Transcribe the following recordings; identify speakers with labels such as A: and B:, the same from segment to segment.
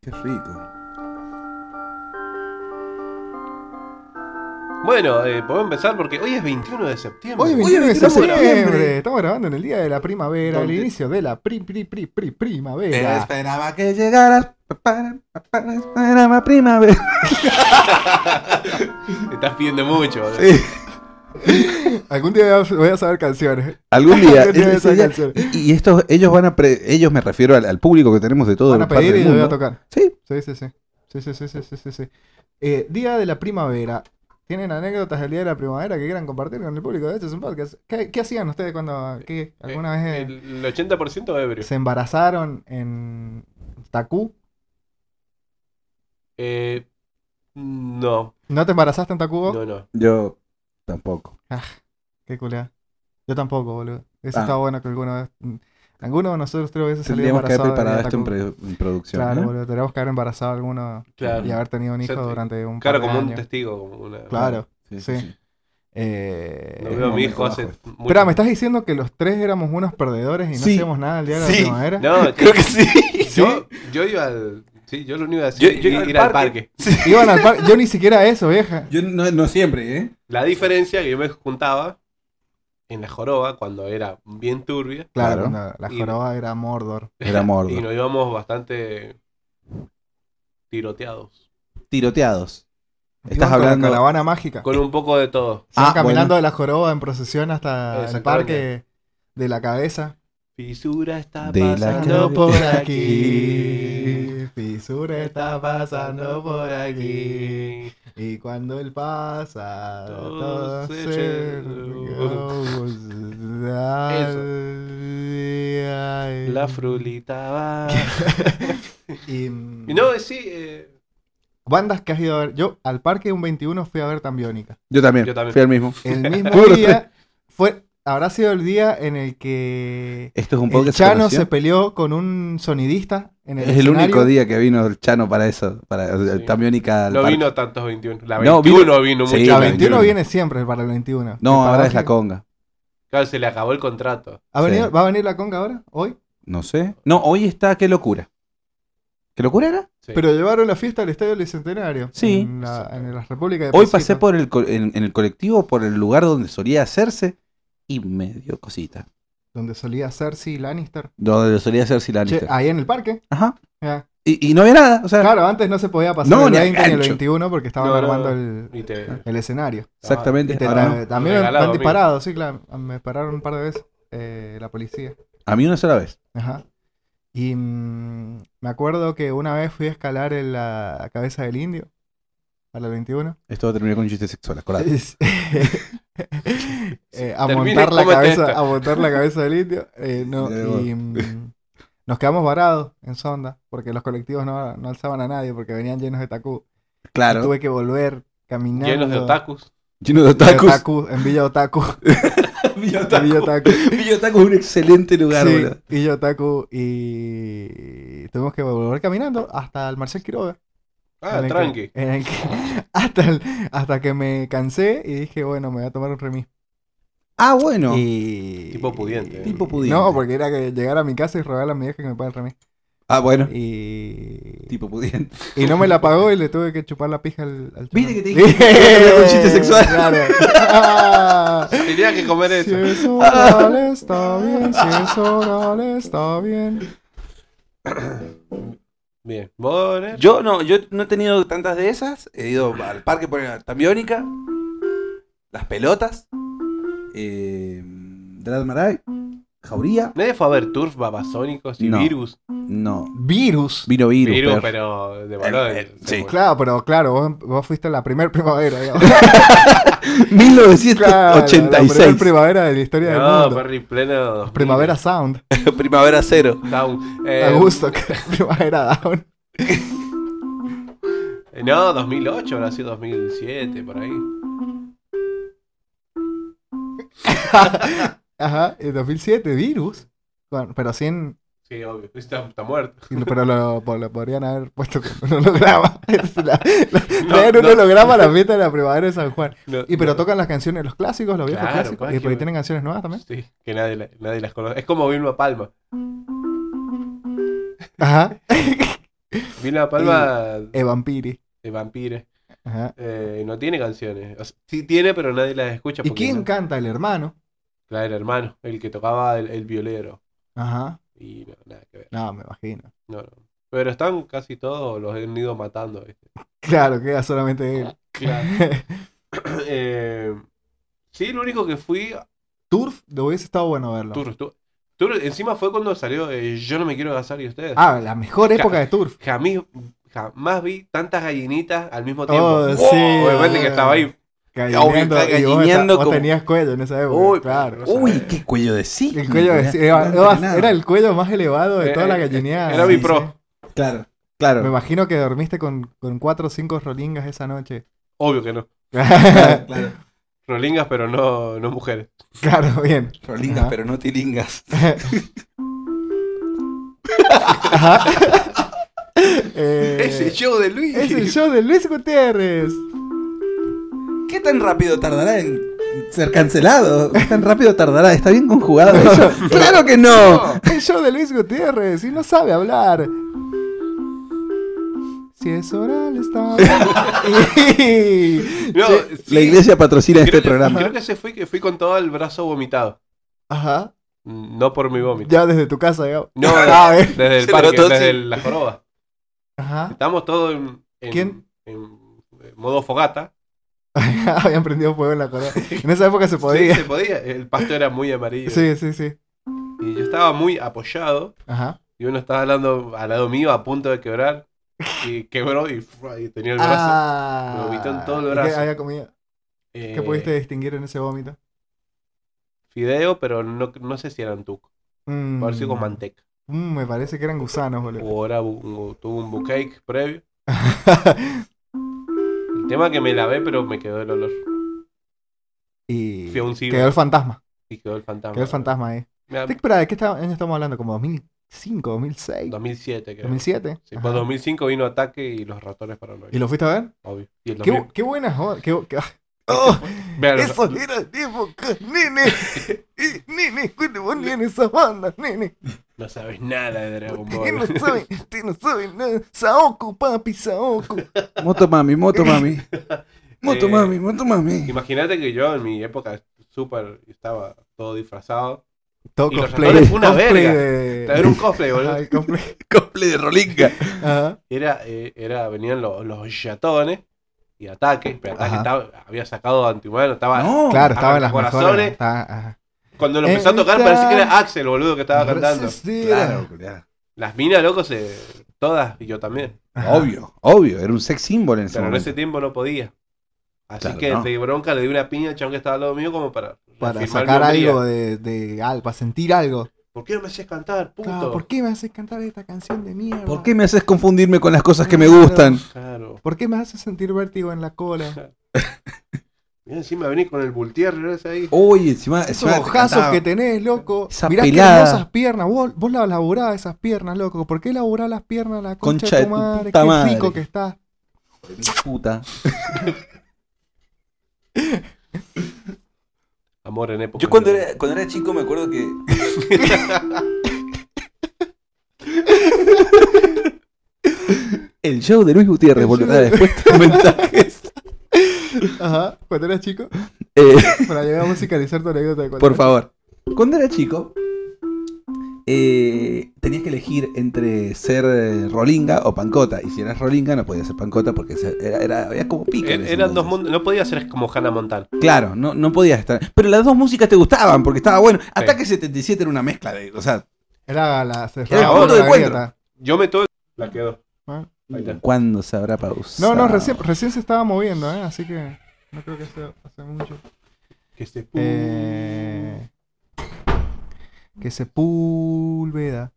A: Qué rico.
B: Bueno, eh, podemos empezar porque hoy es 21 de septiembre.
C: Hoy es
A: Hoy es
C: 21 de
A: 21 de
C: septiembre.
A: septiembre.
C: Estamos grabando en el día de la primavera, el
B: ¿Dónde?
C: inicio de la pri, pri, pri, pri,
A: Eh,
C: primavera.
A: Esperaba que llegaras. pa, pa, pa, pa, Esperaba primavera.
B: Te estás pidiendo mucho. boludo.
C: Algún día voy a- voy a saber canciones.
A: Algún día.
C: Algún día
A: ese
C: voy a saber
A: día-
C: canciones.
A: y estos, ellos van a. pre- ellos me refiero al, al público que tenemos de todo
C: Van a
A: el parte
C: pedir
A: del
C: y yo voy a
A: mundo.
C: tocar.
A: Sí.
C: Sí, sí, sí. Sí, sí, sí, sí, sí, sí, sí. Eh, día de la primavera. ¿Tienen anécdotas del día de la primavera que quieran compartir con el público de este es un podcast? ¿Qué, qué hacían ustedes cuando qué, alguna vez eh,
B: El, el 80% ebrio.
C: se embarazaron en Tacú?
B: Eh, no,
C: ¿No te embarazaste en Tacubo?
B: no, no.
A: Yo tampoco.
C: Qué culea. Yo tampoco, boludo. Eso
A: Ah.
C: está bueno que alguna vez. mm, Alguno de nosotros tres veces salió
A: Tendríamos que haber
C: embarazado. de
A: preparado
C: Atacu.
A: esto en, pre- en producción.
C: Claro,
A: ¿eh?
C: boludo. Tendríamos que haber embarazado a alguno
B: Claro.
C: y haber tenido un hijo
B: Ser-
C: durante un
B: Claro,
C: par de
B: como un
C: años.
B: testigo. Como una...
C: Claro.
A: Sí,
C: Sí.
A: sí, sí.
C: Eh...
B: No
A: Es
B: veo a
A: un
B: mi
A: momento
B: hijo hace.
A: bajo
B: mucho
C: Espera, ¿me estás diciendo que los tres éramos unos perdedores y no
D: Sí.
C: hacíamos nada el día de la
D: Sí.
C: primavera?
B: No,
D: Creo que sí.
B: yo, yo iba al. Sí, yo lo único que
D: Yo-
B: hacía
D: yo iba
B: era
D: al
B: ir al
D: parque.
B: parque.
C: Iban al par- Yo ni siquiera eso, vieja.
D: Yo no, no siempre, ¿eh?
B: La diferencia que yo me juntaba en la joroba cuando era bien turbia.
C: Claro,
A: Claro.
C: cuando la
B: Y-
C: joroba era Mordor.
A: Era mordo.
B: Y nos íbamos bastante tiroteados.
A: Tiroteados. Estás
C: Iban Con
A: hablando-
C: la caravana mágica.
B: Con un poco de todo.
C: Se iban
A: Ah,
C: caminando
A: bueno.
C: de la joroba en procesión hasta el
B: Exactamente.
C: parque de la cabeza.
B: Fisura está
A: De la
B: pasando
A: calle.
B: por aquí.
C: fisura está pasando por aquí. Y cuando él pasa,
B: Todo
C: todo
B: se
C: se... Ay,
B: La frulita va.
C: Y,
B: Y no, eh, sí, eh,
C: Bandas que has ido a ver. Yo al parque un 21 fui a ver Tambiónica.
A: Yo también.
B: Yo también.
A: Fui al mismo.
C: El mismo
A: Fueron
C: día fue... Habrá sido el día en el que
A: Esto es un
C: el
A: podcast. que
C: Chano
A: nació.
C: se peleó con un sonidista en el
A: Es el único
C: escenario.
A: día que vino el Chano para eso. Para
B: Sí.
A: el Tambiónica. al
B: no
A: parque.
B: vino tantos 21. La
A: No,
B: 21 vino,
A: Sí,
B: mucho.
C: La
A: la
C: 21
A: 21.
C: viene siempre para el 21.
A: No, ahora es
C: Paradójico.
A: la conga.
B: Claro, se le acabó el contrato.
C: ¿Ha venido-
A: Sí.
C: ¿Va a venir la conga ahora? ¿Hoy?
A: No sé. No, hoy está qué locura. ¿Qué locura era?
B: Sí.
C: Pero llevaron la fiesta al Estadio Bicentenario.
A: Sí.
C: En la, en la República de
A: Hoy
C: Pancito.
A: pasé por el co- en, en el colectivo por el lugar donde solía hacerse y me dio cosita.
C: Donde solía Cersei Lannister.
A: Donde solía hacerse la
C: Che, ahí en el parque.
A: Ajá.
C: Ya.
A: Y, y no había nada. O sea,
C: Claro, antes no se podía pasar
A: Ah. No,
C: el
A: ni a
C: 20 ni el
A: gancho.
C: 21 porque estaban
B: No, no,
C: armando
B: no.
C: el,
B: Y te-
C: el escenario.
A: exactamente.
C: Te-
A: ahora
C: ta-
A: no.
C: también me
B: Regalado,
C: han
B: amigo.
C: disparado, sí, claro. Me pararon un par de veces eh, la policía.
A: A mí una sola vez.
C: Ajá. Y mm, me acuerdo que una vez fui a escalar en la cabeza del indio. Para el 21.
A: Esto va a terminar con un chiste sexual, acordate.
C: Es- Eh, a
B: Termina y
C: montar la
B: cómete
C: cabeza,
B: esta.
C: a montar la cabeza del indio. eh, no,
A: Ya voy.
C: y, mm, nos quedamos varados en sonda, porque los colectivos no, no alzaban a nadie, porque venían llenos de tacú.
A: Claro.
C: Tuve que volver caminando.
B: Llenos de otakus.
A: Lleno de
C: de
A: otakus.
C: otaku, en Villa Otaku.
D: Villa
C: en Villa
D: Otaku.
C: Otaku.
A: Villa Otaku es un excelente lugar,
C: Sí,
A: boludo.
C: Villa Otaku. Y tuvimos que volver caminando hasta el Marcel Quiroga.
B: Ah,
C: en el que-
B: tranqui.
C: en el que- hasta, el- hasta que me cansé y dije, bueno, me voy a tomar un remis.
A: Ah, bueno.
C: Y-
B: Tipo pudiente.
A: Tipo pudiente.
C: No, porque era que llegar a mi casa y rogarle a mi vieja que me pague el remis.
A: Ah, bueno.
C: Y...
A: Tipo pudiente.
C: y no me la pagó y le tuve que chupar la pija al, al
D: Viste que te
C: chabón.
D: dije que
A: era un chiste sexual.
C: Claro. Ah,
B: Tenía que comer
C: si
B: eso.
C: es oral está bien, si es oral está bien.
B: Bien. Boner.
D: Yo no, yo no he tenido tantas de esas. He ido al parque por la tambiónica. Las pelotas.
A: Eh, Drad Maray. Jauría.
B: Nadie fue a ver Turf, Babasónicos y
A: No.
B: Virus.
A: No.
C: Virus.
A: Vino virus.
B: Virus,
A: perro.
B: pero de valor.
D: eh, sí.
B: seguro.
C: Claro, pero claro, vos, vos fuiste la primer primavera. digamos. Claro, La
A: 1986.
C: primer primavera de la historia del
B: No,
C: mundo.
B: Perry, pleno. 2000.
C: Primavera Sound.
D: Primavera cero.
B: Down. Eh,
C: Augusto. primavera Down.
B: Eh, No, 2008, habrá sido 2007, por ahí.
C: Ajá, en 2007, Virus. Bueno, pero sin.
B: Sí, obvio. Está, está muerto.
C: sin- Pero lo, po- lo podrían haber puesto con un holograma. Es la- la-
B: No,
C: traer un
B: no.
C: holograma a la fiesta de la primavera de San Juan.
B: No,
C: Y pero
B: no.
C: tocan las canciones, los clásicos, los viejos
B: Claro,
C: clásicos.
B: claro,
C: Y
B: que-
C: pero tienen canciones nuevas también.
B: Sí, que nadie, la- nadie las conoce. Es como Vilma Palma.
C: Ajá.
B: Vilma Palma
C: Eh, Vampiri.
B: de Vampire.
C: Ajá.
B: eh, no tiene canciones. O sea, sí tiene, pero nadie las escucha.
C: ¿Y
B: porque
C: quién
B: no-
C: canta? El hermano.
B: Claro, el hermano, el que tocaba el, el violero.
C: Ajá.
B: Y no, nada que ver.
C: No, me imagino.
B: No, no. Pero están casi todos, los han ido matando. ¿viste?
C: Claro, queda solamente él.
B: Claro. Eh, sí, lo único que fui.
C: Turf, lo hubiese estado bueno verlo.
B: Tour, tour- tour, encima fue cuando salió eh, Yo no me quiero casar y ustedes.
C: Ah, la mejor época de Turf.
B: Jamás, jamás vi tantas gallinitas al mismo tiempo.
C: Oh, sí.
B: Obviamente que estaba ahí.
C: Gallineando,
D: está
C: y vos,
D: gallineando
C: esta- vos
D: como-
C: tenías cuello en esa época.
B: Uy,
C: claro.
B: pero-
A: Uy, qué cuello de sí.
C: El cuello de- era, era- era el cuello más elevado de
B: Eh,
C: toda la
B: eh,
C: gallineada.
B: Era
C: sí,
B: mi pro.
C: sí.
A: Claro,
C: Me
A: claro.
C: imagino que dormiste con, con cuatro o cinco rolingas esa noche.
B: Obvio que no.
A: claro, claro.
B: Rolingas, pero no, no mujeres.
C: claro, bien.
D: Rolingas,
C: Ajá.
D: pero no tilingas.
C: Ajá. Eh,
D: show de Luis.
C: es el show de Luis Gutiérrez.
D: ¿Qué tan rápido tardará en.?
A: Ser cancelado. ¿Qué tan rápido tardará? ¿Está bien conjugado eso? ¡Claro que no!
C: El show de Luis Gutiérrez y no sabe hablar. Si es oral está. Y-
B: No,
C: Che,
B: sí,
A: La iglesia patrocina
B: creo
A: este
B: que-
A: programa.
B: Creo que se fui, que fui con todo el brazo vomitado.
C: Ajá.
B: Mm, No por mi vómito.
C: Ya desde tu casa, digamos.
B: No,
C: A ver.
B: desde el
D: Se
B: parque,
D: notó,
B: desde
D: sí.
B: el- la joroba.
C: Ajá.
B: Estamos todos en, en-
C: ¿Quién?
B: en, eh, modo fogata.
C: Habían prendido fuego en la corona. En esa época se
B: Sí,
C: podía.
B: se podía. El pasto era muy amarillo.
C: Sí, sí, sí.
B: Y yo estaba muy apoyado.
C: Ajá.
B: Y uno estaba hablando al lado mío, a punto de quebrar. Y quebró y, fu- y tenía el brazo.
C: Ah,
B: Lo vomitó en todo el
C: ¿y qué
B: brazo.
C: había comido?
B: Eh,
C: ¿Qué pudiste distinguir en ese vómito?
B: Fideo, pero no, no sé si eran tuco.
C: Mm,
B: Parece con manteca.
C: mm, me parece que eran gusanos, boludo.
B: O era bu- o tuvo un bucake previo. El tema que me lavé, pero me quedó el olor.
C: y
B: Fui a un Ah. ciber
C: quedó el fantasma.
B: y quedó el fantasma.
C: Quedó el fantasma ahí.
B: Me-
C: Te- Espera, ¿de qué está- año estamos hablando? ¿Como 2005, 2006?
B: 2007, creo.
C: 2007.
B: Sí,
C: Ajá.
B: pues 2005 vino Ataque y los ratones
C: ¿Y
B: paranoicos.
C: lo fuiste a ver?
B: Obvio. Y el
C: Qué,
B: 2000.
C: bu- qué buenas jodas. Qué, bu- qué- ¡Oh!
B: Vean, los-
C: Eso era tiempo que- nene. eh, Nene, ¿cuándo vos en esas bandas, nene?
B: No sabes nada de Dragon
C: Usted no
B: Ball.
C: sabe, usted no sabe nada. Saoko, papi, Saoko.
A: Moto mami, moto mami. Moto
B: Eh,
A: mami, moto mami.
B: Imagínate que yo en mi época súper estaba todo disfrazado.
C: Todo
B: Y los
C: cosplay.
B: actores fue una
C: cosplay
B: verga.
C: de-
B: Era un cosplay, boludo.
C: Ajá, cosplay.
A: Cosplay de Rolinga.
C: Ajá.
B: Era, eh, era, venían los, los yatones y ataque. Pero ataque
A: Ajá.
B: estaba- había sacado antihumano, estaba.
A: No,
C: Ah, Claro, estaba en las
B: Corazones.
C: mejores. Estaba, ajá.
B: Cuando lo empezó a tocar,
C: Esta-
B: parecía que era Axel, boludo, que estaba cantando.
C: Resistir.
A: claro, claro.
B: Las minas, loco, se. Todas, y yo también.
C: Ajá.
A: Obvio, obvio. Era un sex symbol en ese
B: Pero en
A: momento.
B: ese tiempo no podía. Así
A: Claro,
B: que
A: no.
B: de bronca le di una piña al chabón que estaba al lado mío como para.
C: Para
B: reafirmar
C: sacar
B: mi hombría.
C: algo de, de al- para sentir algo.
B: ¿Por qué no me hacías cantar, puto?
C: Claro, ¿por qué me haces cantar esta canción de mierda?
A: ¿Por qué me haces confundirme con las cosas que me
C: Claro.
A: gustan?
B: Claro.
C: ¿Por qué me haces sentir vértigo en la cola?
B: Mirá, encima venís con el bultier, ¿verdad? ahí.
A: Oye, encima,
C: Esos
A: encima te
C: ojazos
A: cantaba.
C: que tenés, loco.
A: Esa
C: Mirá
A: pelada.
C: qué hermosas piernas. Vos, vos la laburás esas piernas, loco. ¿Por qué laburás las piernas la concha, de tu madre?
A: puta
C: qué
A: madre.
C: rico que estás.
A: Hijo de mi puta.
B: Amor en época.
D: Yo cuando era, cuando era chico me acuerdo que.
A: El show de Luis Gutiérrez,
C: El
A: volverá
C: show de-
A: después de mensajes.
C: Ajá, cuando eras chico.
A: Eh,
C: Para llegar a musicalizar tu anécdota de cuando
A: por
C: eras
A: favor. Cuando era chico, eh, tenías que elegir entre ser eh, Rolinga o Pancota. Y si eras Rolinga, no podías ser Pancota porque se- era, era- había como pica.
B: Er-
A: en ese
B: eran dos
A: entonces.
B: mundos. No podía ser como Hannah Montana.
A: Claro, no, no podías estar. Pero las dos músicas te gustaban porque estaba bueno. Ataque 77 era una mezcla de. O sea,
C: Era la
A: Era
C: cerrada.
B: el punto
A: de
C: la
A: encuentro.
C: grieta.
B: Yo me tuve. La quedó.
C: Ah.
B: Ahí está.
A: ¿cuándo se habrá pausado?
C: No, no, recién, recién se estaba moviendo, ¿eh? Así que no creo que sea hace mucho.
B: Que se
A: Uh.
C: Eh, que Sepúlveda.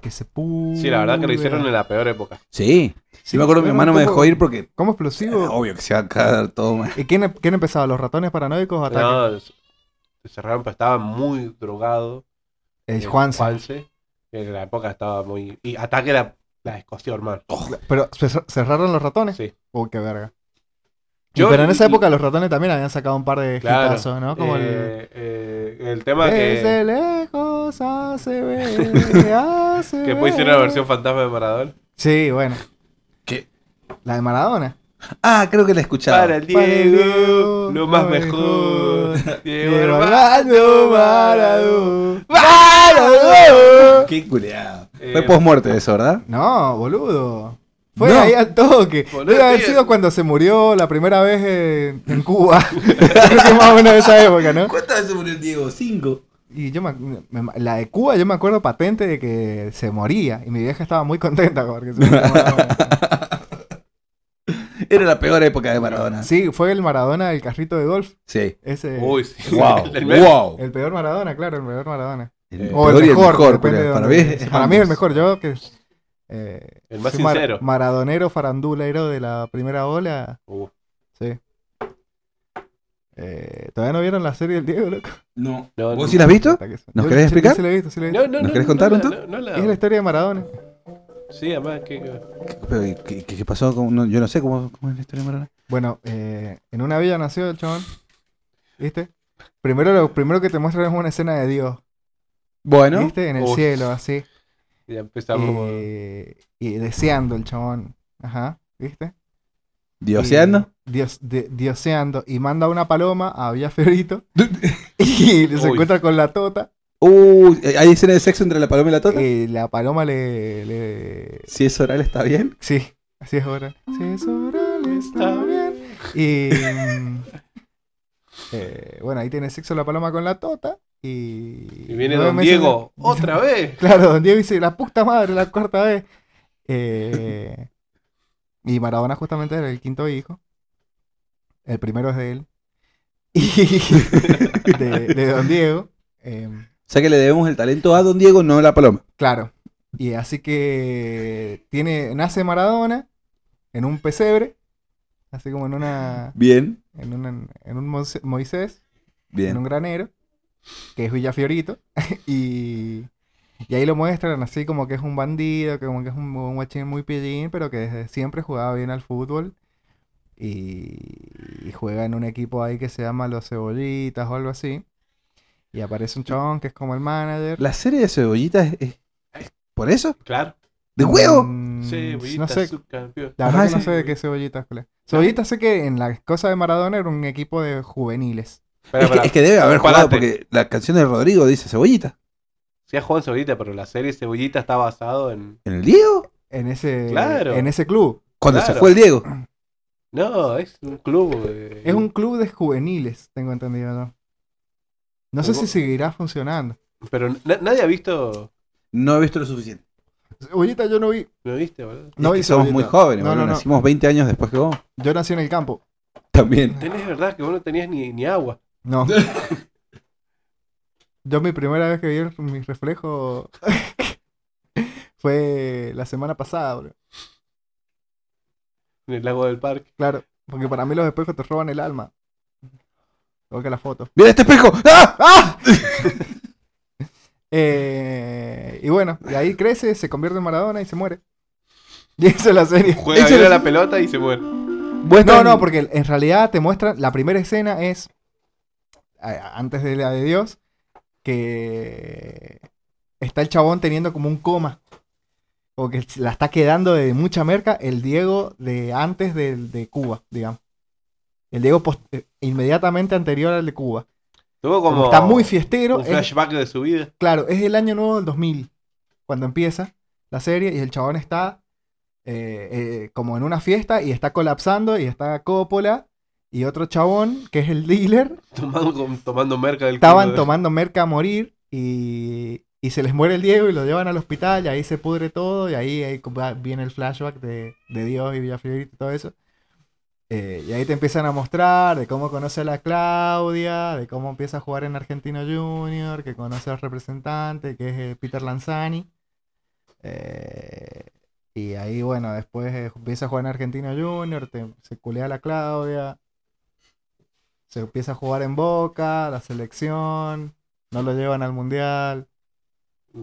C: Que Sepúlveda.
B: Sí, la verdad que lo hicieron en la peor época.
A: Sí.
C: Sí,
A: Yo me acuerdo que mi
C: era
A: hermano me
C: como-
A: dejó ir Eh, oh. porque.
C: ¿Cómo
A: era
C: explosivo?
A: obvio que se va a caer todo mal.
C: ¿Y quién, quién empezaba? ¿Los ratones paranoicos o ataque?
B: No, se cerraron, pero estaba muy drogado. eh,
C: el Eh, Juanse.
B: que En la época estaba muy. Y ataque la, la escoció, hermano.
C: Pero ¿cer- cerraron los ratones.
B: Sí.
C: Uy, qué verga.
B: Yo-
C: pero en esa
B: y-
C: época los ratones también habían sacado un par de
B: Claro.
C: hitazos, ¿no? Como el.
B: Eh, eh, el tema
C: Desde
B: que.
C: lejos hace ver, hace
B: Que después hicieron la
C: ver.
B: versión fantasma de Maradona.
C: Sí, bueno.
B: ¿Qué?
C: La de Maradona.
A: Ah, creo que la escuchaba.
B: Para el
C: Para el
B: Diego, lo más
C: lo
B: mejor.
C: mejor.
B: Diego
C: Armando
B: Armando Maradona.
C: Maradona.
A: Qué culeado.
B: Eh,
A: Fue post-muerte eso, ¿verdad?
C: No, boludo. Fue
A: No.
C: ahí al toque.
B: Boludo,
C: Debe haber
B: sí.
C: sido cuando se murió la primera vez en, en Cuba. Creo que más o menos de esa época, ¿no?
A: ¿Cuántas veces murió el Diego? Cinco.
C: Y yo me, me- la de Cuba, yo me acuerdo patente de que se moría. Y mi vieja estaba muy contenta porque se murió Maradona.
A: Era la peor época de Maradona. Sí.
C: Sí, fue el Maradona del carrito de golf. Ese.
B: Uy, sí.
A: Wow.
B: El mejor.
A: wow.
C: El peor Maradona, claro, el peor Maradona.
A: El
C: O el
A: peor y el
C: mejor,
A: mejor,
C: depende
A: culiao.
C: de
A: Para mí
C: dónde-
A: es
C: para mí es el
A: ambos.
C: mejor. Yo que. eh,
B: El más
C: soy mar-
B: sincero.
C: maradonero farandulero de la primera ola.
B: Uh,
C: Sí. Eh, ¿Todavía no vieron la serie del Diego, loco?
A: No.
B: no, no.
A: ¿Vos sí la has visto?
C: Puta que son.
A: ¿Nos
C: Yo
A: querés
C: sí-
A: explicar?
C: Sí, la he visto, sí la he visto.
B: No, no,
A: ¿Nos
B: no,
A: querés
B: no,
A: contar
B: no,
A: un
B: no,
A: toque?
B: no, no la-
C: Es la historia de Maradona.
B: Sí, además que... eh,
A: Pero, ¿y ¿Qué, qué, qué pasó? ¿Cómo? No, yo no sé cómo, cómo es la historia de Maradona.
C: Bueno, eh, en una villa nació el chabón. ¿Viste? Primero lo primero que te muestran es una escena de Dios.
A: Bueno.
C: ¿Viste? En el
B: Uy.
C: cielo, así.
B: Ya empezamos como...
C: eh, y deseando el chabón. Ajá. ¿Viste?
A: Dioseando.
C: Y, dios, de- dioseando. Y manda una paloma a Villaferito. y se
B: Uy.
C: encuentra con la tota.
A: Uh, ¿hay escena de sexo entre la paloma y la tota?
C: Y la paloma le- le,
A: Si es oral, está bien.
C: Sí, así es ahora. Sí, es oral, está bien. Y. mm, eh, bueno, ahí tiene sexo la paloma con la tota. Y.
B: Y viene
C: nueve
B: Don
C: meses-
B: Diego, otra vez.
C: Claro, Don Diego dice: La puta madre, la cuarta vez. Eh, y Maradona, justamente, era el quinto hijo. El primero es de él. Y. de, de Don Diego. Em,
A: O sea que le debemos el talento a Don Diego, no a la paloma.
C: Claro. Y así que tiene, nace Maradona en un pesebre, así como en una,
A: Bien,
C: en una- en un Moise- Moisés, en un
A: bien.
C: granero, que es Villafiorito, y, y ahí lo muestran así como que es un bandido, que como que es un, un guachín muy pillín, pero que desde siempre jugaba bien al fútbol. Y, y juega en un equipo ahí que se llama Los Cebollitas o algo así. Y aparece un chabón que es como el manager.
A: ¿La serie de cebollitas es, es- es por eso?
B: Claro.
A: ¡De huevo!
C: Mm,
B: Cebollita,
C: no sé,
B: subcampeón. Ah,
C: La verdad
A: Ajá,
C: que no
A: sí. Ah.
C: sé de qué cebollitas fue. Cebollitas sé que en la cosa de Maradona era un equipo de juveniles.
B: Espera,
A: es, que,
B: espera.
A: es que debe haber jugado
B: Parate.
A: porque la canción de Rodrigo dice cebollita.
B: Sí, ha jugado en Cebollita, pero la serie Cebollita está basado en...
A: ¿En el Diego?
C: En ese,
B: Claro.
C: en ese club.
A: Cuando se
B: Claro.
A: fue el Diego.
C: Ah.
B: No, es un club. eh,
C: Es un club de juveniles, tengo entendido, ¿no? No sé
B: Hubo-
C: si seguirá funcionando.
B: Pero na- nadie ha visto...
A: No he visto lo suficiente.
C: Cebollitas yo no vi.
B: ¿Lo viste, boludo?
C: No
A: Es
C: vi
A: que somos muy
C: Cebollitas.
A: jóvenes,
C: No,
A: boludo,
C: no, no.
A: nacimos 20 años después que vos.
C: Yo nací en el campo.
A: También.
B: Tenés verdad que vos no tenías ni, ni agua.
C: No. Yo mi primera vez que vi el- mi reflejo fue la semana pasada, bro.
B: En el lago del parque.
C: Claro, porque para mí los espejos te roban el alma. Igual que la foto.
A: ¡Mira este espejo! ¡Ah!
C: ¡Ah! Eh, y bueno, y ahí crece, se convierte en Maradona y se muere. Y esa es la serie.
B: Juega
A: Ese
B: bien a
A: es-
B: la pelota y se muere.
D: Pues
C: No, no, porque en realidad te muestran, la primera escena es, a- antes de la de Dios, que está el chabón teniendo como un coma. O que la está quedando de mucha merca el Diego de antes del de Cuba, digamos. El Diego post- eh, inmediatamente anterior al de Cuba.
B: Tuvo
C: Como
B: como...
C: está muy eh. fiestero,
B: Un
C: es-
B: flashback de su vida.
C: Claro, es el año nuevo del 2000, cuando empieza la serie y el chabón está eh, eh, como en una fiesta y está colapsando y está Coppola y otro chabón que es el dealer,
B: Tomando, tomando merca del
C: estaban
B: culo ¿eh? de-
C: tomando merca a morir y, y se les muere el Diego y lo llevan al hospital y ahí se pudre todo y ahí, ahí va- viene el flashback de, de Dios y Villafiorito y todo eso. Eh, y ahí te empiezan a mostrar de cómo conoce a la Claudia, de cómo empieza a jugar en Argentino Junior, que conoce al representante, que es eh, Peter Lanzani. Eh, y ahí, bueno, después eh, empieza a jugar en Argentino Junior, te- se culea a la Claudia, se empieza a jugar en Boca, la selección, no lo llevan al Mundial,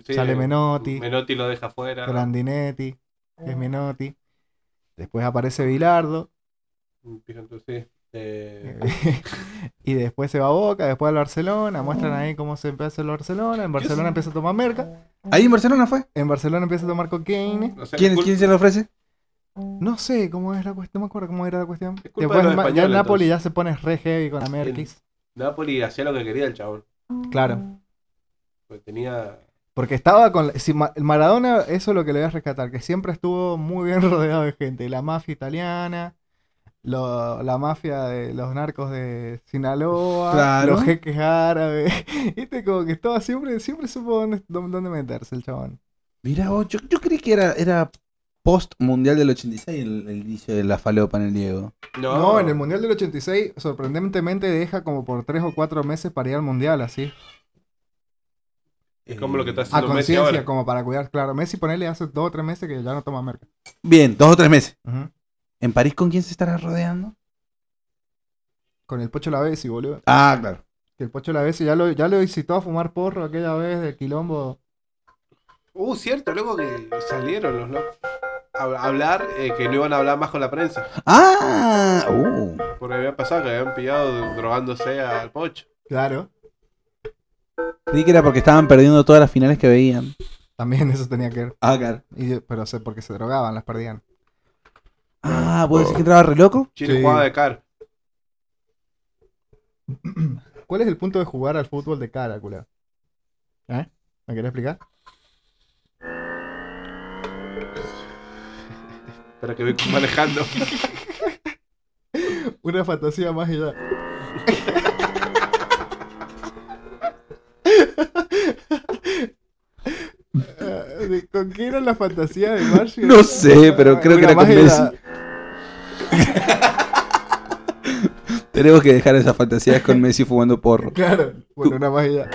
B: Sí,
C: sale
B: eh,
C: Menotti.
B: Menotti lo deja fuera.
C: Grandinetti, que es Menotti. Después aparece Bilardo.
B: Fíjate, sí. Eh,
C: y después se va a Boca, después al Barcelona, muestran ahí cómo se empieza el Barcelona, en Barcelona empieza a tomar merca,
A: Ahí en Barcelona fue.
C: En Barcelona empieza a tomar cocaína.
B: O sea,
A: ¿Quién,
B: es cul-
A: quién se lo ofrece?
C: No sé cómo es la cuestión, no me acuerdo cómo era la cuestión.
B: Es culpa
C: Después
B: de los
C: ma- ya
B: españoles,
C: en Napoli ya se pone re heavy con la Merkis.
B: Napoli hacía lo que quería el chabón.
C: Claro.
B: Porque tenía.
C: Porque estaba con... Si Ma- Maradona, eso es lo que le voy a rescatar, que siempre estuvo muy bien rodeado de gente. La mafia italiana, lo- la mafia de los narcos de Sinaloa,
A: Claro.
C: los jeques árabes. Viste, como que estaba siempre, siempre supo dónde, dónde meterse el chabón.
A: Mira, vos, yo, yo creí que era, era post mundial del 86 el, el inicio de la falopa en el Diego.
B: No,
C: No, en el Mundial del 86, sorprendentemente deja como por tres o cuatro meses para ir al Mundial, así.
B: Es como lo que
A: Eh,
B: está
C: A
B: haciendo Messi
C: conciencia,
B: ahora.
C: como para cuidar. Claro, Messi ponele hace dos o tres meses que ya no toma merca.
A: ah, Bien, dos o tres meses.
C: Ujú.
A: ¿En París con quién se estará rodeando?
C: Con el Pocho la Bessi, boludo.
A: Ah, claro.
C: Que el Pocho la Bessi ya lo, ya lo incitó a fumar porro aquella vez del quilombo.
B: Uh, cierto, luego que salieron los locos. A hablar eh, que no iban a hablar más con la prensa.
A: Ah, uh.
B: Porque había pasado que habían pillado drogándose al pocho.
C: Claro.
A: Creí que era porque estaban perdiendo todas las finales que veían.
C: También eso tenía que ver.
A: Ah, claro.
C: Y yo- pero sé porque se drogaban, las perdían.
A: Ah, ¿vos decís que entraba re loco?
B: Chile
C: Sí.
B: jugaba de car.
C: ¿Cuál es el punto de jugar al fútbol de cara, culo? ¿Eh? ¿Me querés explicar?
B: Pero que voy manejando.
C: Una fantasía más y ya. Eh, ¿Con qué era la fantasía de Marge?
A: No sé, pero creo que
C: Una
A: era con
C: más
A: Messi. Tenemos que dejar esas fantasías con Messi fumando porro.
C: Claro, bueno, una más y ya.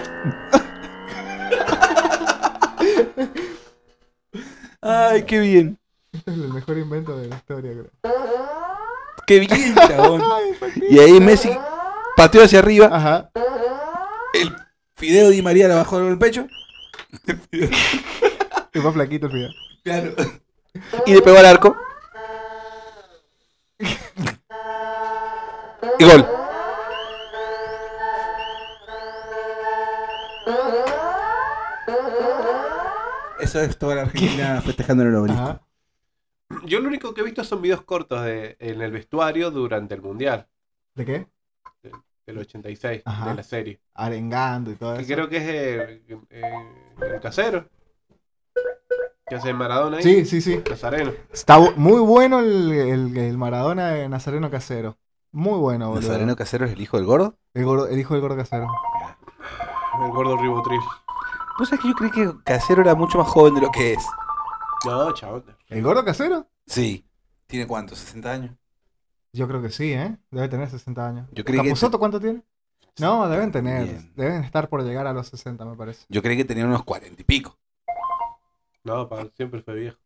A: Ay, qué bien.
C: Este es el mejor invento de la historia, creo.
A: Qué bien, chabón.
C: Ay,
A: Y ahí Messi pateó hacia arriba.
C: Ajá.
A: Fideo Di María la bajó del pecho.
C: Y más flaquito el video.
A: Claro. Y le pegó al arco. Y gol. Eso es toda la Argentina festejando en el obelisco.
C: Ajá.
B: Yo lo único que he visto son videos cortos de, en el vestuario durante el mundial
C: ¿De qué?
B: del 86
C: Ajá.
B: de la serie.
C: Arengando y todo
B: Que
C: eso.
B: creo que es el, eh, el casero. Que hace Maradona ahí.
C: Sí, sí, sí.
B: Nazareno.
C: Está bu- muy bueno el, el- el Maradona de Nazareno Casero. Muy
A: Ah,
C: bueno, boludo.
D: ¿Nazareno Casero es el hijo del gordo?
C: El, gordo- el hijo del gordo Casero.
B: El gordo ribotril.
D: Pues es que yo creí que Casero era mucho más joven de lo que es.
B: No, chabón.
C: ¿El gordo Casero?
D: Sí. ¿Tiene cuánto? ¿60 años?
C: Yo creo que sí, ¿eh? Debe tener 60 años.
D: Yo creí que-
C: ¿Capuzoto cuánto tiene? No, deben tener.
D: Bien.
C: Deben estar por llegar a los 60, me parece.
D: Yo creí que tenía unos 40 y pico.
B: No, pa, siempre fue viejo.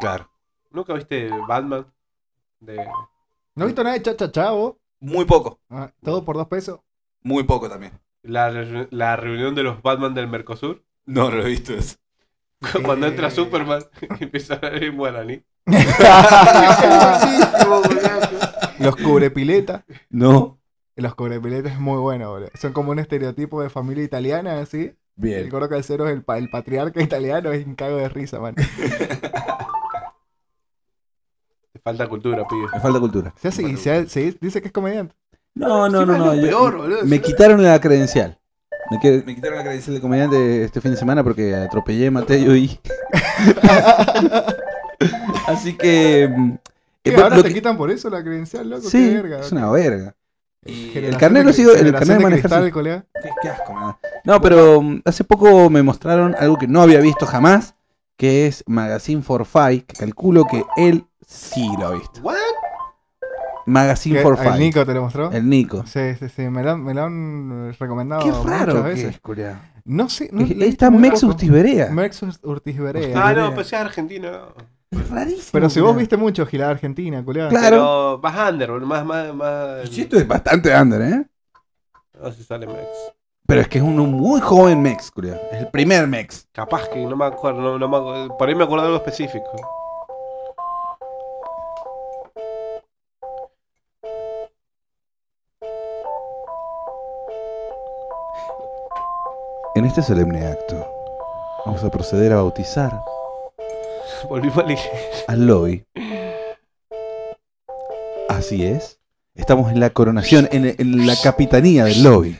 D: Claro.
B: ¿Nunca viste Batman? De...
C: No he visto nada de chacha chavo. Ah,
D: Muy poco.
C: todo por dos pesos.
D: Muy poco también.
B: La, re- la reunión de los Batman del Mercosur.
D: No, no lo he visto eso.
B: Cuando
C: Eh.
B: entra Superman y empieza a hablar en guaraní.
C: los cubrepiletas.
A: No.
C: Los cubrepiletas es muy bueno, boludo. Son como un estereotipo de familia italiana, así. El
A: Bien.
C: gordo Casero es el, pa- el patriarca italiano. Es un cago de risa, man.
B: Te falta cultura, pibe.
A: Me falta cultura.
C: Se hace- y se ha- se dice que es comediante.
A: Eh, No, no,
B: Encima
A: no,
B: es lo
A: no. yo-
B: peor, boludo.
A: me quitaron la credencial. Me, que-
D: Me quitaron la
A: hice
D: credencial
A: el comediante este fin de semana porque atropellé, maté y oí. Así que. mm,
C: ¿Qué?
A: eh, bueno,
C: ahora
A: lo
C: te
A: que-
C: quitan por eso la credencial, loco.
A: sí,
C: qué verga.
A: es una verga.
D: y
C: Generación
A: el carnet
C: de-
A: lo sigo- el
C: generación
A: carnet de manejar
C: cristal,
A: sí.
C: colega.
A: Qué, qué asco, me da. No, pero mm, hace poco me mostraron algo que no había visto jamás, que es Magazine for Five, que calculo que él sí lo ha visto.
B: ¿What?
A: Magazine
C: ¿Qué?
A: for
C: ¿Al
A: Five.
C: Nico te lo mostró?
A: El Nico.
C: Sí, sí, sí. Me lo, han- me lo han recomendado
A: Qué raro
C: muchas
A: que
C: veces.
A: es, culiao.
C: No sé. No,
A: Es- Está Mex
C: Mexus
A: Ustiberea.
C: Urtiz Berea.
B: Ah, no,
C: Berea.
B: pues es argentino. no.
A: Es rarísimo.
C: Pero si vos
A: culiao.
C: viste mucho Gilada Argentina, culiado.
B: Pero
A: Claro.
B: más under, boludo, más, más, más.
A: Sí, esto es bastante under, ¿eh?
B: No se sale Max.
A: Pero es que es uno muy joven Mex, culiao. Es el primer Mex.
B: Capaz que no me acuerdo, no, no me acuerdo. Por ahí me acuerdo de algo específico.
A: En este solemne acto, Vamos a proceder a bautizar
B: Volvimos a la iglesia.
A: al lobby. Así es. Estamos en la coronación, en, en la capitanía del lobby.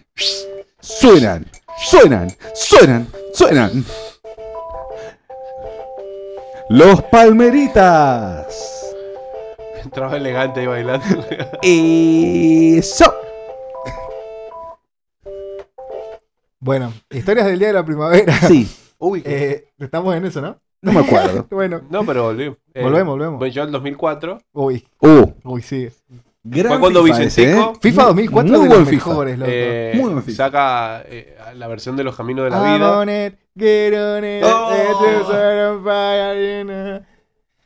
A: Suenan, suenan, suenan, suenan. Los palmeritas.
B: Entraba elegante ahí bailando.
A: Eso.
C: Bueno, historias del día de la primavera.
A: Sí,
B: Uy, qué-
C: Eh, estamos en eso, ¿no?
A: no me acuerdo.
C: Bueno,
B: no, pero volvimos. Eh,
C: volvemos, volvemos.
B: Bueno, yo en 2004.
C: Uy,
A: Uh,
C: uy, sí.
A: gran
B: Fue cuando
A: FIFA ese,
B: Vicentico
A: ¿eh?
C: FIFA 2004
A: Muy
C: es de
A: buen
C: los
A: FIFA.
C: mejores, loco. Ah,
B: eh,
A: Muy buen FIFA.
B: saca eh, la versión de Los Caminos de la
C: I'm
B: Vida.
C: on it, get on it,
B: Oh.
C: let the sun on fire, you know.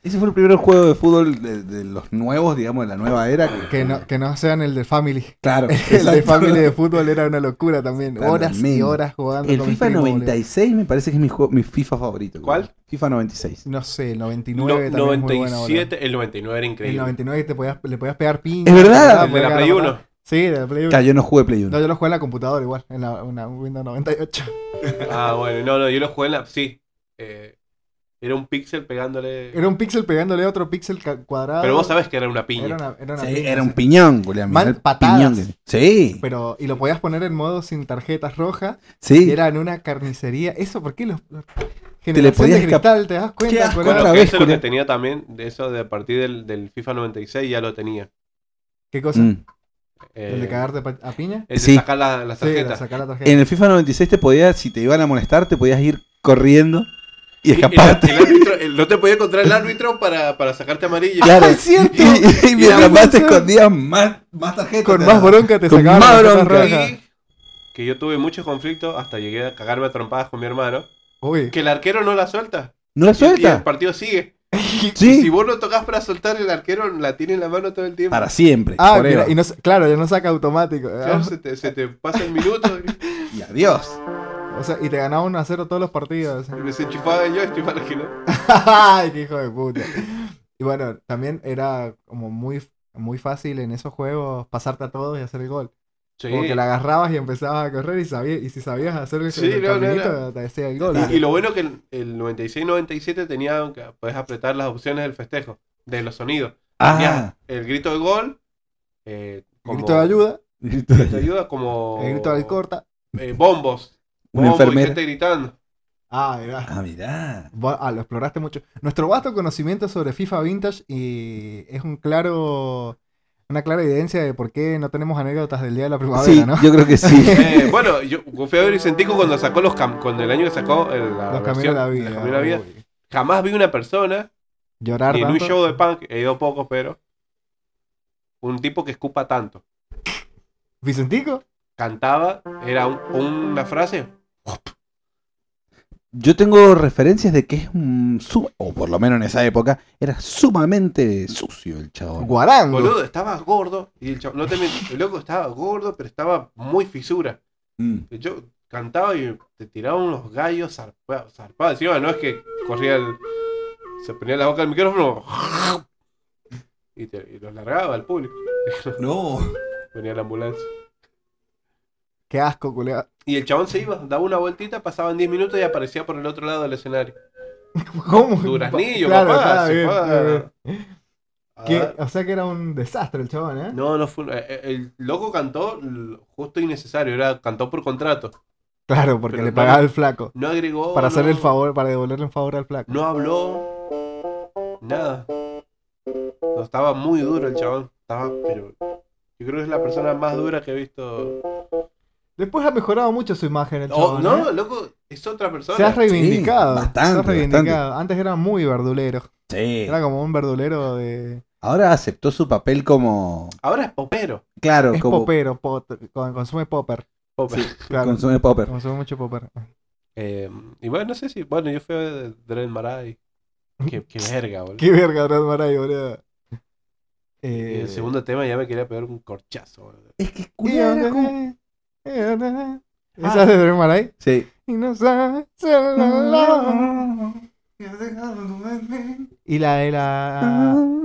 A: Ese fue el primer juego de fútbol de, de los nuevos, digamos, de la nueva era. que-
C: Que no, que no sean el de Family.
A: claro,
C: El de
A: exacto.
C: Family de fútbol era una locura también.
A: Tremendo.
C: Horas y horas jugando.
A: El
C: con mi
A: FIFA
C: primo, boludo.
A: 96 me parece que es mi, juego, mi FIFA favorito.
B: ¿Cuál?
A: FIFA 96.
C: No sé, el
B: No,
C: 99 también es muy bueno, boludo.
B: 97. el 99 era
C: El
B: increíble.
C: 99 te podías, le podías pegar pin.
A: Es verdad.
B: El de la Play 1.
C: Sí, de la Play 1.
A: Claro, yo no jugué Play 1.
C: No, yo lo jugué en la computadora igual, en la una Windows 98.
B: Ah, bueno, no, no, yo lo jugué en la. Sí. Eh, era un pixel pegándole.
C: Era un pixel pegándole a otro pixel ca- cuadrado.
B: Pero vos sabés que era una piña.
C: Era, una- era, una
A: Sí,
C: piña,
A: era un
C: sí.
A: piñón, Julián.
C: Mal
A: mirá el
C: patadas.
A: piñón que- Sí,
C: Pero, y lo podías poner en modo sin tarjetas rojas. Y
A: sí.
C: era en una carnicería. Eso, ¿por qué los.
A: le
C: Generación
A: podías
C: de
A: escap-
C: cristal, ¿te das
A: Qué
C: cuenta?
A: asco,
C: colega?
A: otra
B: Bueno, que eso
A: vez,
B: es lo que
A: Julián.
B: tenía también, de eso de a partir del, del FIFA 96 ya lo tenía.
C: ¿Qué cosa?
A: Mm.
B: Eh,
C: ¿El de cagarte pa- a piña?
B: el de
A: Sí.
B: sacar la- las
C: Sí, de
B: tarjetas.
C: sacar la tarjeta.
A: En el FIFA 96 te podías, si te iban a molestar, te podías ir corriendo
B: Y
A: y
B: el-
A: escaparte.
B: el árbitro- el- no te podía encontrar el árbitro para, para sacarte amarillo.
A: Claro.
C: ¡Ah, es cierto!
A: Y, y mientras
C: Tenés
A: más te
C: razón.
A: escondías, más, más tarjetas.
C: Con
A: te
C: más
A: daban.
C: bronca te
A: Con
C: sacaban
A: más
C: la tarjeta
A: bronca.
C: roja.
B: Y que yo tuve muchos conflictos hasta llegué a cagarme a trompadas con mi hermano.
C: Uy.
B: Que el arquero no la suelta.
A: ¿No la
B: Y- Y el
A: suelta?
B: partido sigue. Y si
A: Sí,
B: vos no tocas para soltar, el arquero la tiene en la mano todo el tiempo.
A: para siempre.
C: Ah,
A: forever.
C: mira, y no, sa- claro, ya no saca automático. Ah,
B: Claro, se, te, se te pasa el minuto y
A: Y adiós.
C: O sea, y te ganaba 1 a 0 todos los partidos.
B: desenchufaba yo, enchufaba que no.
C: ¡Ay, qué hijo de puta! Y bueno, también era como muy, muy fácil en esos juegos pasarte a todos y hacer el gol.
B: Sí.
C: Como que la agarrabas y empezabas a correr y sabía, y si sabías hacer el,
B: Sí,
C: el
B: no, no,
C: caminito,
B: no.
C: te decía el gol.
B: Y, y lo bueno que el, el 96-97 tenía, que podés apretar las opciones del festejo, de los sonidos.
A: Ah,
B: Tenías el grito de gol, eh, como-
C: Grito de ayuda,
B: grito de ayuda como
C: el grito del corta.
B: eh, bombos,
A: una
B: bombos y
A: enfermera.
B: gente gritando.
C: Ah, mirá.
A: Ah, mirá.
C: Va- Ah, lo exploraste mucho. Nuestro vasto conocimiento sobre FIFA Vintage y es un claro, una clara evidencia de por qué no tenemos anécdotas del día de la primavera,
A: Sí,
C: ¿no?
A: yo creo que sí.
B: Eh, bueno, yo fui a ver Vicentico cuando sacó los cam cuando el año que sacó el- la
C: Los caminos
B: versión,
C: de la
B: Los
C: vida.
B: Caminos de la Vida.
C: uy.
B: Jamás vi una persona
C: Llorar
B: ni en un
C: tanto.
B: show de punk, he ido poco, pero un tipo que escupa tanto.
C: Vicentico,
B: Cantaba, era un- una frase,
A: Yo tengo referencias de que es un su- o por lo menos en esa época, era sumamente sucio el chabón.
C: Guarango.
B: Boludo, estaba gordo. Y el chavo, no te miento, el loco estaba gordo, pero estaba muy fisura.
A: Mm.
B: Yo cantaba y te tiraba unos gallos zarpados. zarpados. Encima no es que corría el. Se ponía la boca del micrófono. Y, te- y los largaba al público.
A: No.
B: Venía la ambulancia.
C: Qué asco, culea.
B: Y el chabón se iba, daba una vueltita, pasaban 10 minutos y aparecía por el otro lado del escenario.
C: ¿Cómo?
B: Duraznillo,
C: Claro,
B: papá,
C: está
B: se
C: bien,
B: fue a-
C: está bien.
B: A
C: Que-
B: dar-
C: O sea que era un desastre el chabón, ¿eh?
B: Ah, No, no fue. eh, El loco cantó l- justo y necesario, era cantó por contrato.
C: Claro, porque
B: Pero
C: le
B: no-
C: pagaba el flaco.
B: No agregó.
C: Para hacerle el
B: no-
C: favor, para devolverle un favor al flaco.
B: No habló nada. No, estaba muy duro el chabón. Estaba, pero. Yo creo que es la persona más dura que he visto.
C: Después ha mejorado mucho su imagen el
B: Oh,
C: chabón. ¿eh?
B: no, loco, es otra persona.
C: Se ha reivindicado.
A: Sí, bastante,
C: se ha reivindicado. Antes era muy verdulero.
A: Sí.
C: Era como un verdulero de.
A: Ahora aceptó su papel como
B: Ahora es popero.
A: claro,
C: Es
A: como
C: popero, pot- con- consume popper.
B: Popper.
C: Claro,
A: consume popper.
C: consume mucho popper.
B: Eh, y bueno, no sé si. Bueno, yo fui a Dred Maray. Qué, qué verga, boludo.
C: Qué verga, Brad Maray, boludo.
B: Y el
C: Eh,
B: segundo tema ya me quería pegar un corchazo, boludo.
A: Es que culiao, era como-
C: eh,
B: Ah.
C: Esa es de Drew Maray.
A: Sí.
C: Y no sabes el dolor. Y la de la.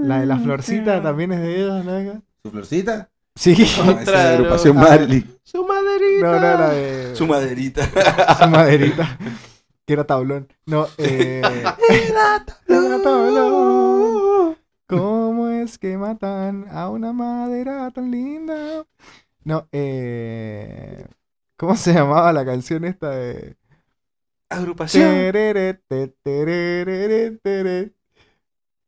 C: La
A: Ah,
C: de la florcita también es de ellos, ¿no?
A: ¿Su florcita?
C: Sí.
A: No, esa es la agrupación
C: Ah.
A: Marley.
C: eh.
B: Su maderita.
C: No, no, la de.
D: Su maderita.
C: Su maderita. Que era tablón. No, eh. era tablón. ¿Cómo es que matan a una madera tan linda? No, eh. ¿Cómo se llamaba la canción esta de.
D: Agrupación.
C: Terere, te, terere, tere.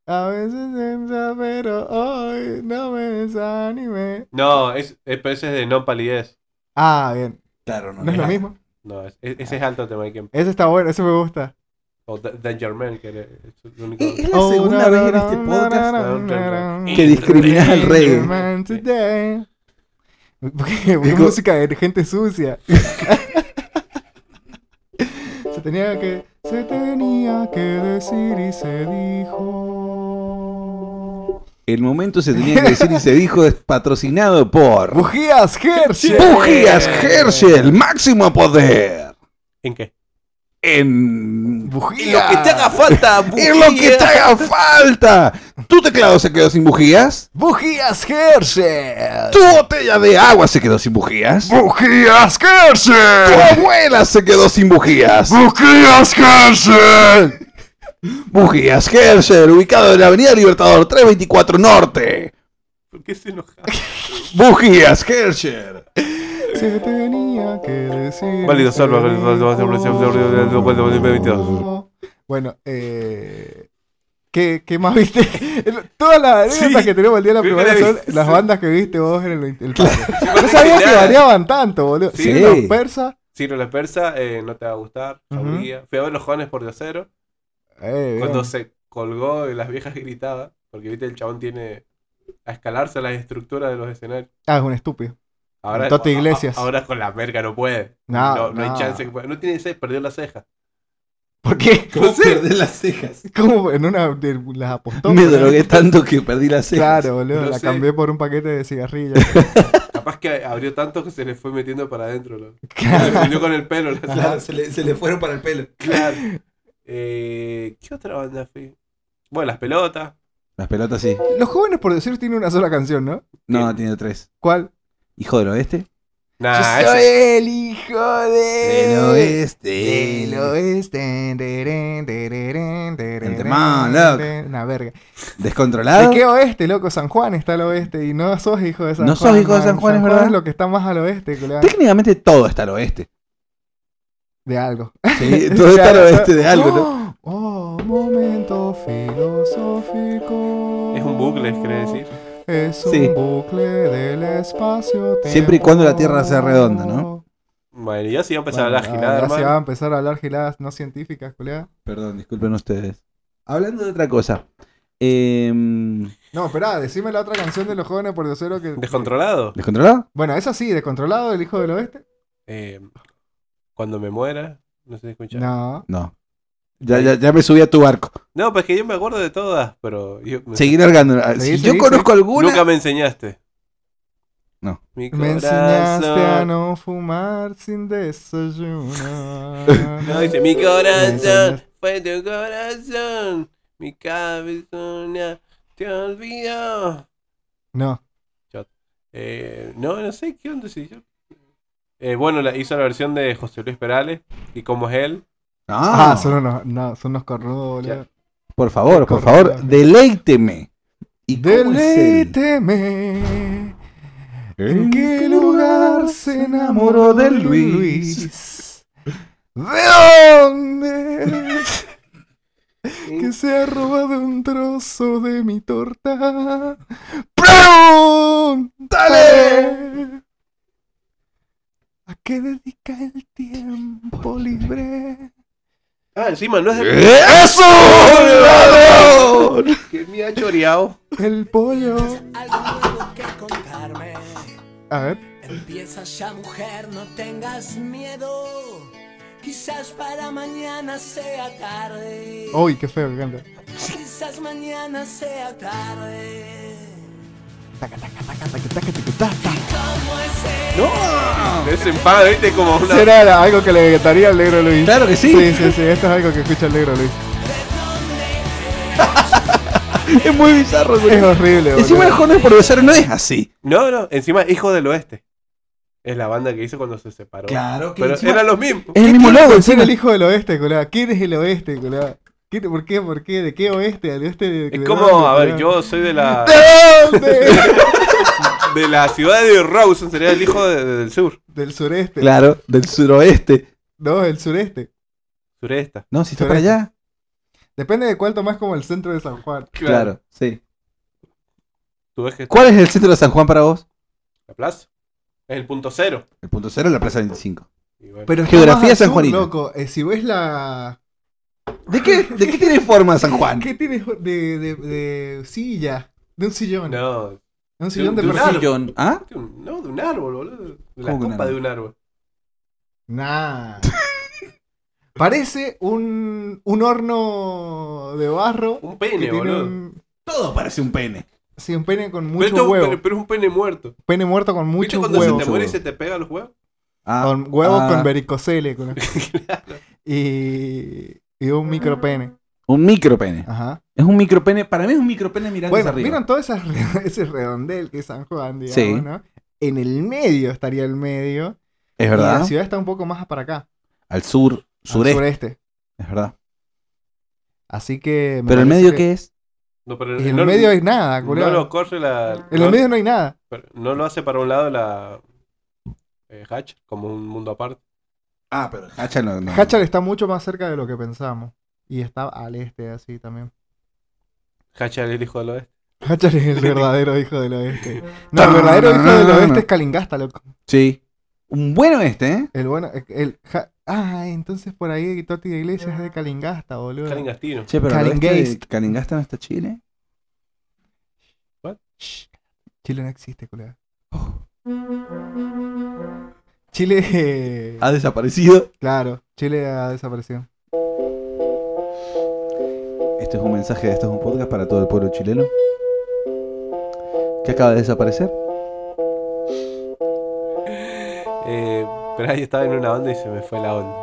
C: A veces entra, pero hoy no me desanime.
B: No, es, es- pero ese es de no palidez.
C: Ah, bien.
D: Claro, no,
C: ¿No es lo
D: era.
C: mismo?
B: No, es- es- ese es alto tema que.
C: Ese está bueno, ese me gusta.
B: O Da- Danger Man, que era- es el único.
A: Es es la
C: Oh,
A: segunda vez en este podcast
C: Mm.
A: que discriminas al rey.
C: Superman today. Porque- porque
A: Digo-
C: música de gente sucia. se tenía que se tenía que decir y se dijo.
A: El momento se tenía que decir y se dijo es patrocinado por
C: Bujías Hershey.
A: Bujías Herschel, máximo poder.
B: ¿En qué?
A: En
D: Y lo que te haga
C: Bujías.
D: falta,
A: ¡Es lo que te haga falta! ¿Tu teclado se quedó sin bujías?
C: Bujías Hershey.
A: ¿Tu botella de agua se quedó sin bujías?
C: Bujías
A: ¡Tu
C: Hershey.
A: abuela se quedó sin bujías!
C: Bujías Hershey.
A: Bujías Herschel, ubicado en la Avenida Libertador 324 Norte.
B: ¿Por qué se enoja?
A: Bujías Herschel.
C: Se tenía que decir.
B: Válido,
C: y se
B: salva, válido, salva, salva,
C: dijo.
B: salva, salva, válido, válido, válido.
C: Bueno, eh. ¿Qué, qué más viste? El- Todas las anécdotas
B: Sí.
C: que tenemos el día de la
B: Creo que
C: primavera
B: la
C: son
B: vi.
C: las
B: Sí.
C: bandas que viste vos en el, el parque. No
D: No
C: sabía que variaban tanto, boludo.
B: Sí.
C: Sí. Los persas.
B: Ciro la Persa, eh, no te va a gustar.
C: Ujú.
B: Jauría. Fui a ver los jóvenes por Diosero.
C: Eh, bien.
B: Cuando se colgó y las viejas gritaban. Porque viste, el chabón tiene a escalarse las estructuras de los escenarios.
C: Ah, es un estúpido.
B: Ahora,
C: Tote
B: a- a-
C: Iglesias.
B: ahora con la merca no puede.
C: No,
B: hay
C: no.
B: chance que pueda. No tiene seis, perdió la ceja.
C: ¿Por qué?
B: No sé.
A: las cejas.
C: ¿Cómo? En una de las apostó.
A: Me
C: boludo.
A: drogué tanto que perdí las cejas.
C: Claro, boludo.
B: No
C: la
B: sé.
C: cambié por un paquete de cigarrillos.
B: Capaz que abrió tanto que se le fue metiendo para adentro. loco. Se le
C: Claro.
B: fundió con el pelo. la ceja.
D: se, le, se le fueron para el pelo.
B: Claro. Eh, ¿Qué otra banda fui? Bueno, las pelotas.
A: Las pelotas sí.
C: Los jóvenes, por decir, tienen una sola canción, ¿no?
A: No, tiene tres.
C: ¿Cuál?
A: Hijo del oeste.
B: Nah,
C: Yo soy
B: ese-
C: el hijo
A: Del
C: de... Del
A: oeste.
C: oeste. tererén, tererén, tererén,
A: temón, loco. Ah.
C: tererén. Una verga. ¿De
A: Descontrolado.
C: qué oeste, loco? San Juan está al oeste y no sos hijo de San
A: No
C: Juan.
A: sos hijo de San Juan, es verdad.
C: es lo que está más al oeste, colega.
A: Técnicamente todo está al oeste.
C: De algo.
A: Sí, todo está al
C: Claro,
A: oeste de
C: está-
A: algo, ¿no?
C: Oh, oh, momento filosófico.
B: es un bucle, quiere decir.
C: Es un
A: Sí.
C: bucle del espacio.
A: Siempre y cuando la Tierra sea redonda, ¿no?
B: Bueno, y ya se iba a empezar
C: Bueno,
B: a la gilada,
C: ahora se va a
B: hermano.
C: empezar a hablar giladas no científicas, colega.
A: Perdón, disculpen ustedes. Hablando de otra cosa. em,
C: No, esperá, decime la otra canción de los jóvenes por cero que.
B: Descontrolado.
A: ¿Descontrolado?
C: Bueno, esa sí, descontrolado, el hijo del oeste.
B: Eh, cuando me muera, no sé si escuchar. No.
C: No.
A: No. Ya, ya, ya me subí a tu barco.
B: pues que yo me acuerdo de todas, pero yo- me-
A: Seguir largando. Ah,
C: Sí,
A: Si
C: sí,
A: yo
C: sí.
A: conozco alguna.
B: nunca me enseñaste.
A: No.
B: Mi
C: Me enseñaste a
B: corazón.
C: no fumar sin desayuno.
B: No, dice, mi
C: Me
B: corazón
C: enseñaste-
B: fue tu corazón. Mi cabezona te olvidó.
C: No.
B: Eh, no, no sé qué onda si yo. Eh, bueno, la, hizo la versión de José Luis Perales y como es él.
A: No,
C: Ah, son unos, no, son unos cornudos, boludo.
A: por favor, por
C: Correcto.
A: favor, deleíteme. ¿Y cómo es él?
C: Deleíteme. ¿En qué lugar se enamoró de Luis? ¿De dónde? que se ha robado un trozo de mi torta. ¡Pregúntale! ¿A qué dedica el tiempo libre?
B: Ah, encima no es de.
A: ¡Es un ladrón!
B: Que me ha choreado.
C: El pollo.
E: Algo nuevo que contarme.
C: A ver.
E: Empieza ya, mujer, no tengas miedo. Quizás para mañana sea tarde.
C: Uy, qué feo que canta.
E: Quizás mañana sea tarde. ¿Cómo es él?
B: Desempada, viste, como una.
C: Será la- algo que le gritaría al negro Luis.
A: Claro que sí.
C: Sí, sí, sí. Esto es algo que escucha el negro Luis.
A: Es muy bizarro. boludo.
C: Es horrible,
A: Encima el
C: boludo.
A: joven por besar no es así.
B: No, no, encima hijo del oeste. Es la banda que hizo cuando se separó.
A: Claro que
B: Pero
A: encima-
B: eran los mismos.
A: Es el mismo logo
C: ¿Quién es
A: encima.
C: el hijo del oeste, colá? ¿Quién es el oeste, colá? ¿Qué- ¿Por qué? ¿Por qué? ¿De qué oeste? ¿Al oeste? De,
B: Es
C: de
B: como,
C: dónde,
B: a ver,
C: colá?
B: yo soy de la
C: ¿De dónde?
B: de la ciudad de Rawson, sería el hijo de- de- del sur,
C: Del sureste.
A: Claro, del suroeste.
C: No, del sureste.
B: suresta.
A: No, si está para
C: Sureste.
A: allá.
C: Depende de cuál tomás como el centro de San Juan.
A: Claro, sí.
B: Tú ves que está
A: ¿Cuál es el centro de San Juan para vos?
B: la plaza. Es el punto cero.
A: El punto cero es la Plaza 25.
B: Y bueno,
C: Pero está
A: Geografía
C: más al sur,
A: sanjuanina.
C: loco. Eh, si ves la...
A: ¿De qué, ¿De qué tiene forma San Juan?
C: ¿Qué tiene de, de, de silla? De un sillón.
B: no,
C: De un sillón de,
B: de un
C: perfil.
B: árbol.
A: sillón. ¿Ah?
B: de un- no, de un árbol, boludo. De la
A: ¿Cómo que un
B: copa
A: árbol?
B: de un árbol.
C: Nah. Parece un, un horno de barro.
B: Un
C: que
B: pene,
C: tiene
B: boludo.
C: un-
A: Todo parece un pene.
C: sí, un pene con
B: Pero,
C: mucho
B: esto es un
C: huevo.
B: pene- pero es un pene muerto.
C: Pene muerto con
B: ¿Viste
C: mucho
B: cuando se
C: huevo.
B: te
A: Mucho
B: muere y
A: huevo.
B: se te pega los huevos?
A: Ah,
C: Con huevos
A: ah,
C: con vericocele. con- y, y un micro pene.
A: Un micropene.
C: Ajá.
A: Es un micropene. Para mí es un micropene mirando
C: Bueno,
A: hacia arriba.
C: ¿vieron todo esas re- ese redondel que es San Juan, digamos,
A: Sí.
C: no? En el medio estaría el medio.
A: Es
C: Y
A: verdad.
C: la ciudad está un poco más para acá.
A: Al sur,
C: al
A: sureste.
C: sureste.
A: Es verdad.
C: Así que. me
A: Pero el
C: parece
A: medio,
C: que-
A: ¿qué es?
B: No, pero
C: En el
B: no-
C: medio hay nada,
B: no
C: culiao.
B: lo corre la.
C: En
B: no-
C: el medio no hay nada.
B: pero no lo hace para un lado la. eh, Hatch, como un mundo aparte.
A: Ah, pero Hacha no. no.
C: Hachal está mucho más cerca de lo que pensamos. Y está al este, así también.
B: Hatch es el hijo del oeste.
C: Hachal es el verdadero hijo del oeste. No, el verdadero hijo del oeste es Calingasta, loco.
A: Sí. Un bueno este, ¿eh?
C: El bueno. El, ja- ah, entonces por ahí Toti de Iglesias es de Calingasta, boludo.
B: Calingastino.
A: Che, pero el oeste
C: Calingeist.
A: de Calingasta no está Chile.
C: Shh. Chile no existe, Oh. colega. Chile. eh,
A: Ha desaparecido.
C: Claro, Chile ha desaparecido.
A: Este es un mensaje, este es un podcast para todo el pueblo chileno. Que acaba de desaparecer.
B: Eh, pero ahí estaba en una banda y se me fue la onda.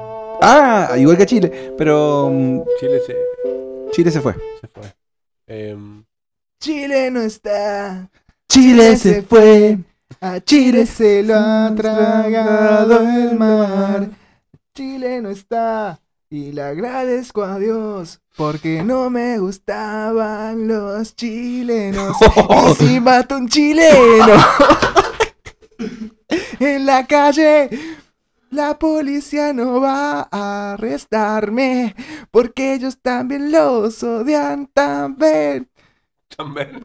A: Ah, igual que Chile. Pero mm,
B: Chile se,
A: Chile se fue.
B: se fue. Em,
C: Chile no está.
A: Chile se fue.
C: A Chile se lo ha tragado el mar. Chile no está. Y le agradezco a Dios porque no me gustaban los chilenos. Y si mato un chileno en la calle, la policía no va a arrestarme porque ellos también los odian también.
B: también.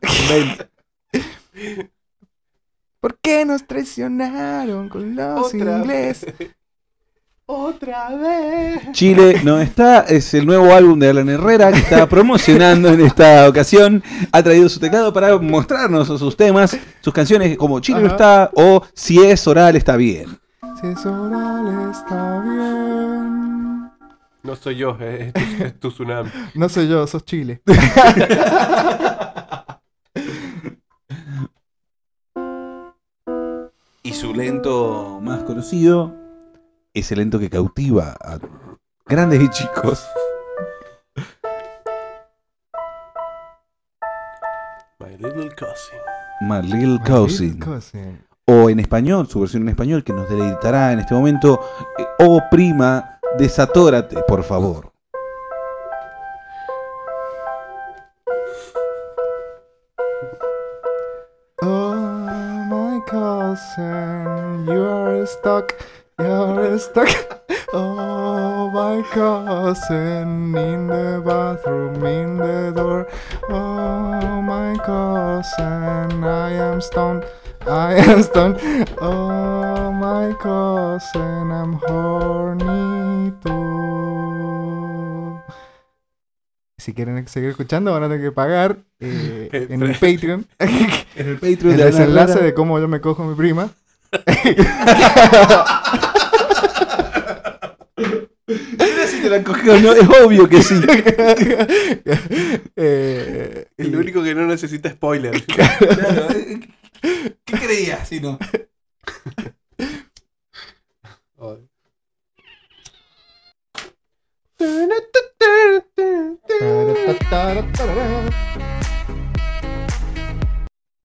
C: Porque nos traicionaron con los
B: Otra
C: ingleses? Otra vez.
A: Chile no está, es el nuevo álbum de Alan Herrera que está promocionando en esta ocasión. Ha traído su teclado para mostrarnos sus temas, sus canciones como Chile no
C: Ajá.
A: está o Si es oral está bien.
C: Si es oral está bien.
B: No soy yo, es, tu, es tu tsunami.
C: No soy yo, sos Chile.
D: Y su lento.
A: Lo más conocido es el lento que cautiva a grandes y chicos.
B: My little cousin.
A: My Little Cousin. O en español, su versión en español que nos deleitará en este momento. eh, Oh prima, desatórate, por favor.
C: Oh my cousin, you're stuck, you're stuck. Oh my cousin, in the bathroom, in the door. Oh my cousin, I am stoned, I am stoned. Oh my cousin, I'm horny too. Si quieren seguir escuchando, van a tener que pagar eh, en el Patreon.
A: En el Patreon
C: el desenlace de cómo yo me cojo a mi prima.
A: si te la cogió o no, es obvio que sí.
C: Eh,
B: El
C: y-
B: único que no necesita spoiler.
D: ¿Qué creías si no?
B: Joder.